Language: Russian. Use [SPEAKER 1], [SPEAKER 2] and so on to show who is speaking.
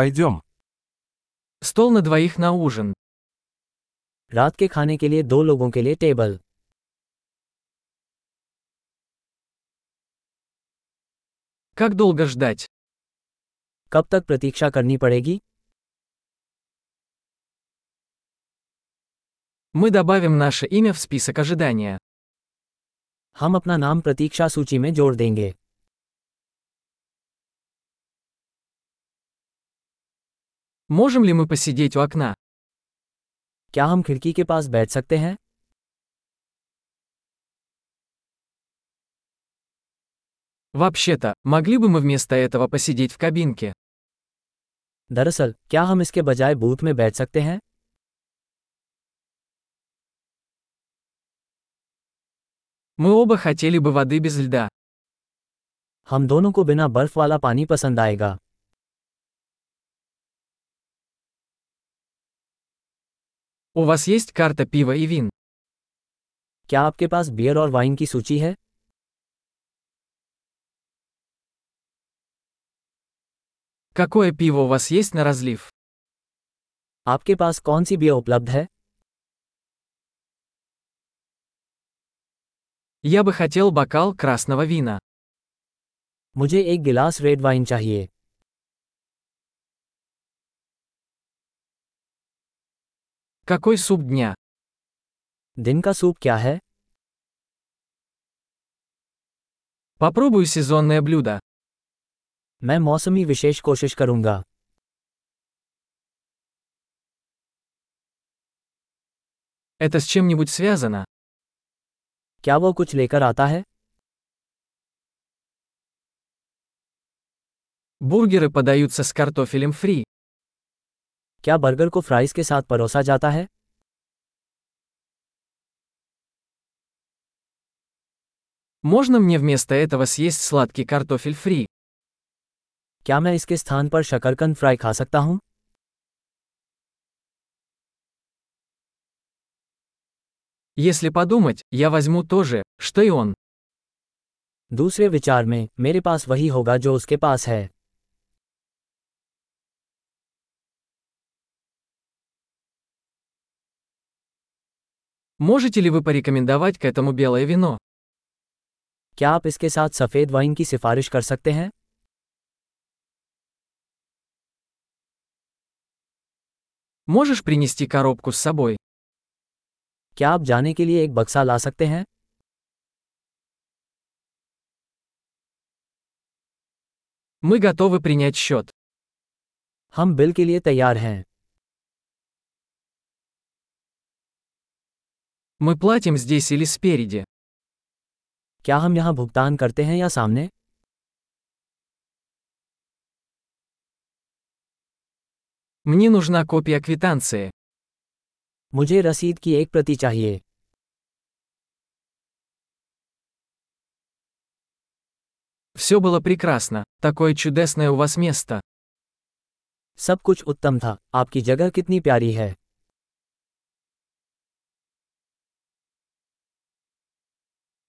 [SPEAKER 1] Пойдем.
[SPEAKER 2] Стол на двоих на ужин.
[SPEAKER 3] रात के खाने के लिए दो लोगों के लिए टेबल
[SPEAKER 2] Как долго ждать?
[SPEAKER 3] कब तक प्रतीक्षा करनी पड़ेगी
[SPEAKER 2] Мы добавим наше имя в список ожидания.
[SPEAKER 3] हम अपना नाम प्रतीक्षा सूची में जोड़ देंगे
[SPEAKER 2] Можем ли мы посидеть у окна?
[SPEAKER 3] क्या हम खिड़की के पास बैठ सकते हैं
[SPEAKER 2] Вообще-то, могли бы мы вместо этого посидеть в кабинке?
[SPEAKER 3] दरअसल क्या हम इसके बजाय बूथ में बैठ सकते हैं
[SPEAKER 2] Мы оба хотели бы воды без льда.
[SPEAKER 3] हम दोनों को बिना बर्फ वाला पानी पसंद आएगा
[SPEAKER 2] У вас есть карта пива и вин?
[SPEAKER 3] क्या आपके पास बियर और वाइन की सूची है
[SPEAKER 2] Какое пиво у вас есть на разлив?
[SPEAKER 3] आपके पास कौन सी बियर उपलब्ध है
[SPEAKER 2] Я бы хотел бокал красного вина.
[SPEAKER 3] मुझे एक गिलास रेड वाइन चाहिए
[SPEAKER 2] Какой суп дня?
[SPEAKER 3] दिन का सूप क्या है
[SPEAKER 2] Попробую сезонное блюдо.
[SPEAKER 3] मैं मौसमी विशेष कोशिश करूंगा
[SPEAKER 2] Это с чем-нибудь связано?
[SPEAKER 3] क्या वो कुछ लेकर आता है
[SPEAKER 2] Бургеры подаются с картофелем фри.
[SPEAKER 3] क्या बर्गर को फ्राइज के साथ परोसा जाता है
[SPEAKER 2] Можно мне вместо этого съесть сладкий картофель фри?
[SPEAKER 3] क्या मैं इसके स्थान पर शकरकंद फ्राई खा सकता हूँ
[SPEAKER 2] Если подумать, я возьму то же, что и он.
[SPEAKER 3] दूसरे विचार में मेरे पास वही होगा जो उसके पास है
[SPEAKER 2] Можете ли вы порекомендовать к этому белое вино?
[SPEAKER 3] क्या आप इसके साथ सफ़ेद वाइन की सिफारिश कर सकते हैं
[SPEAKER 2] Можешь принести коробку с собой?
[SPEAKER 3] क्या आप जाने के लिए एक बक्सा ला सकते हैं
[SPEAKER 2] Мы готовы принять счет.
[SPEAKER 3] हम बिल के लिए तैयार हैं
[SPEAKER 2] Мы платим здесь или спереди.
[SPEAKER 3] क्या हम यहाँ भुगतान करते हैं या सामने
[SPEAKER 2] Мне нужна копия квитанции.
[SPEAKER 3] मुझे रसीद की एक प्रति चाहिए
[SPEAKER 2] Все было прекрасно. Такое чудесное у вас место.
[SPEAKER 3] सब कुछ उत्तम था आपकी जगह कितनी प्यारी है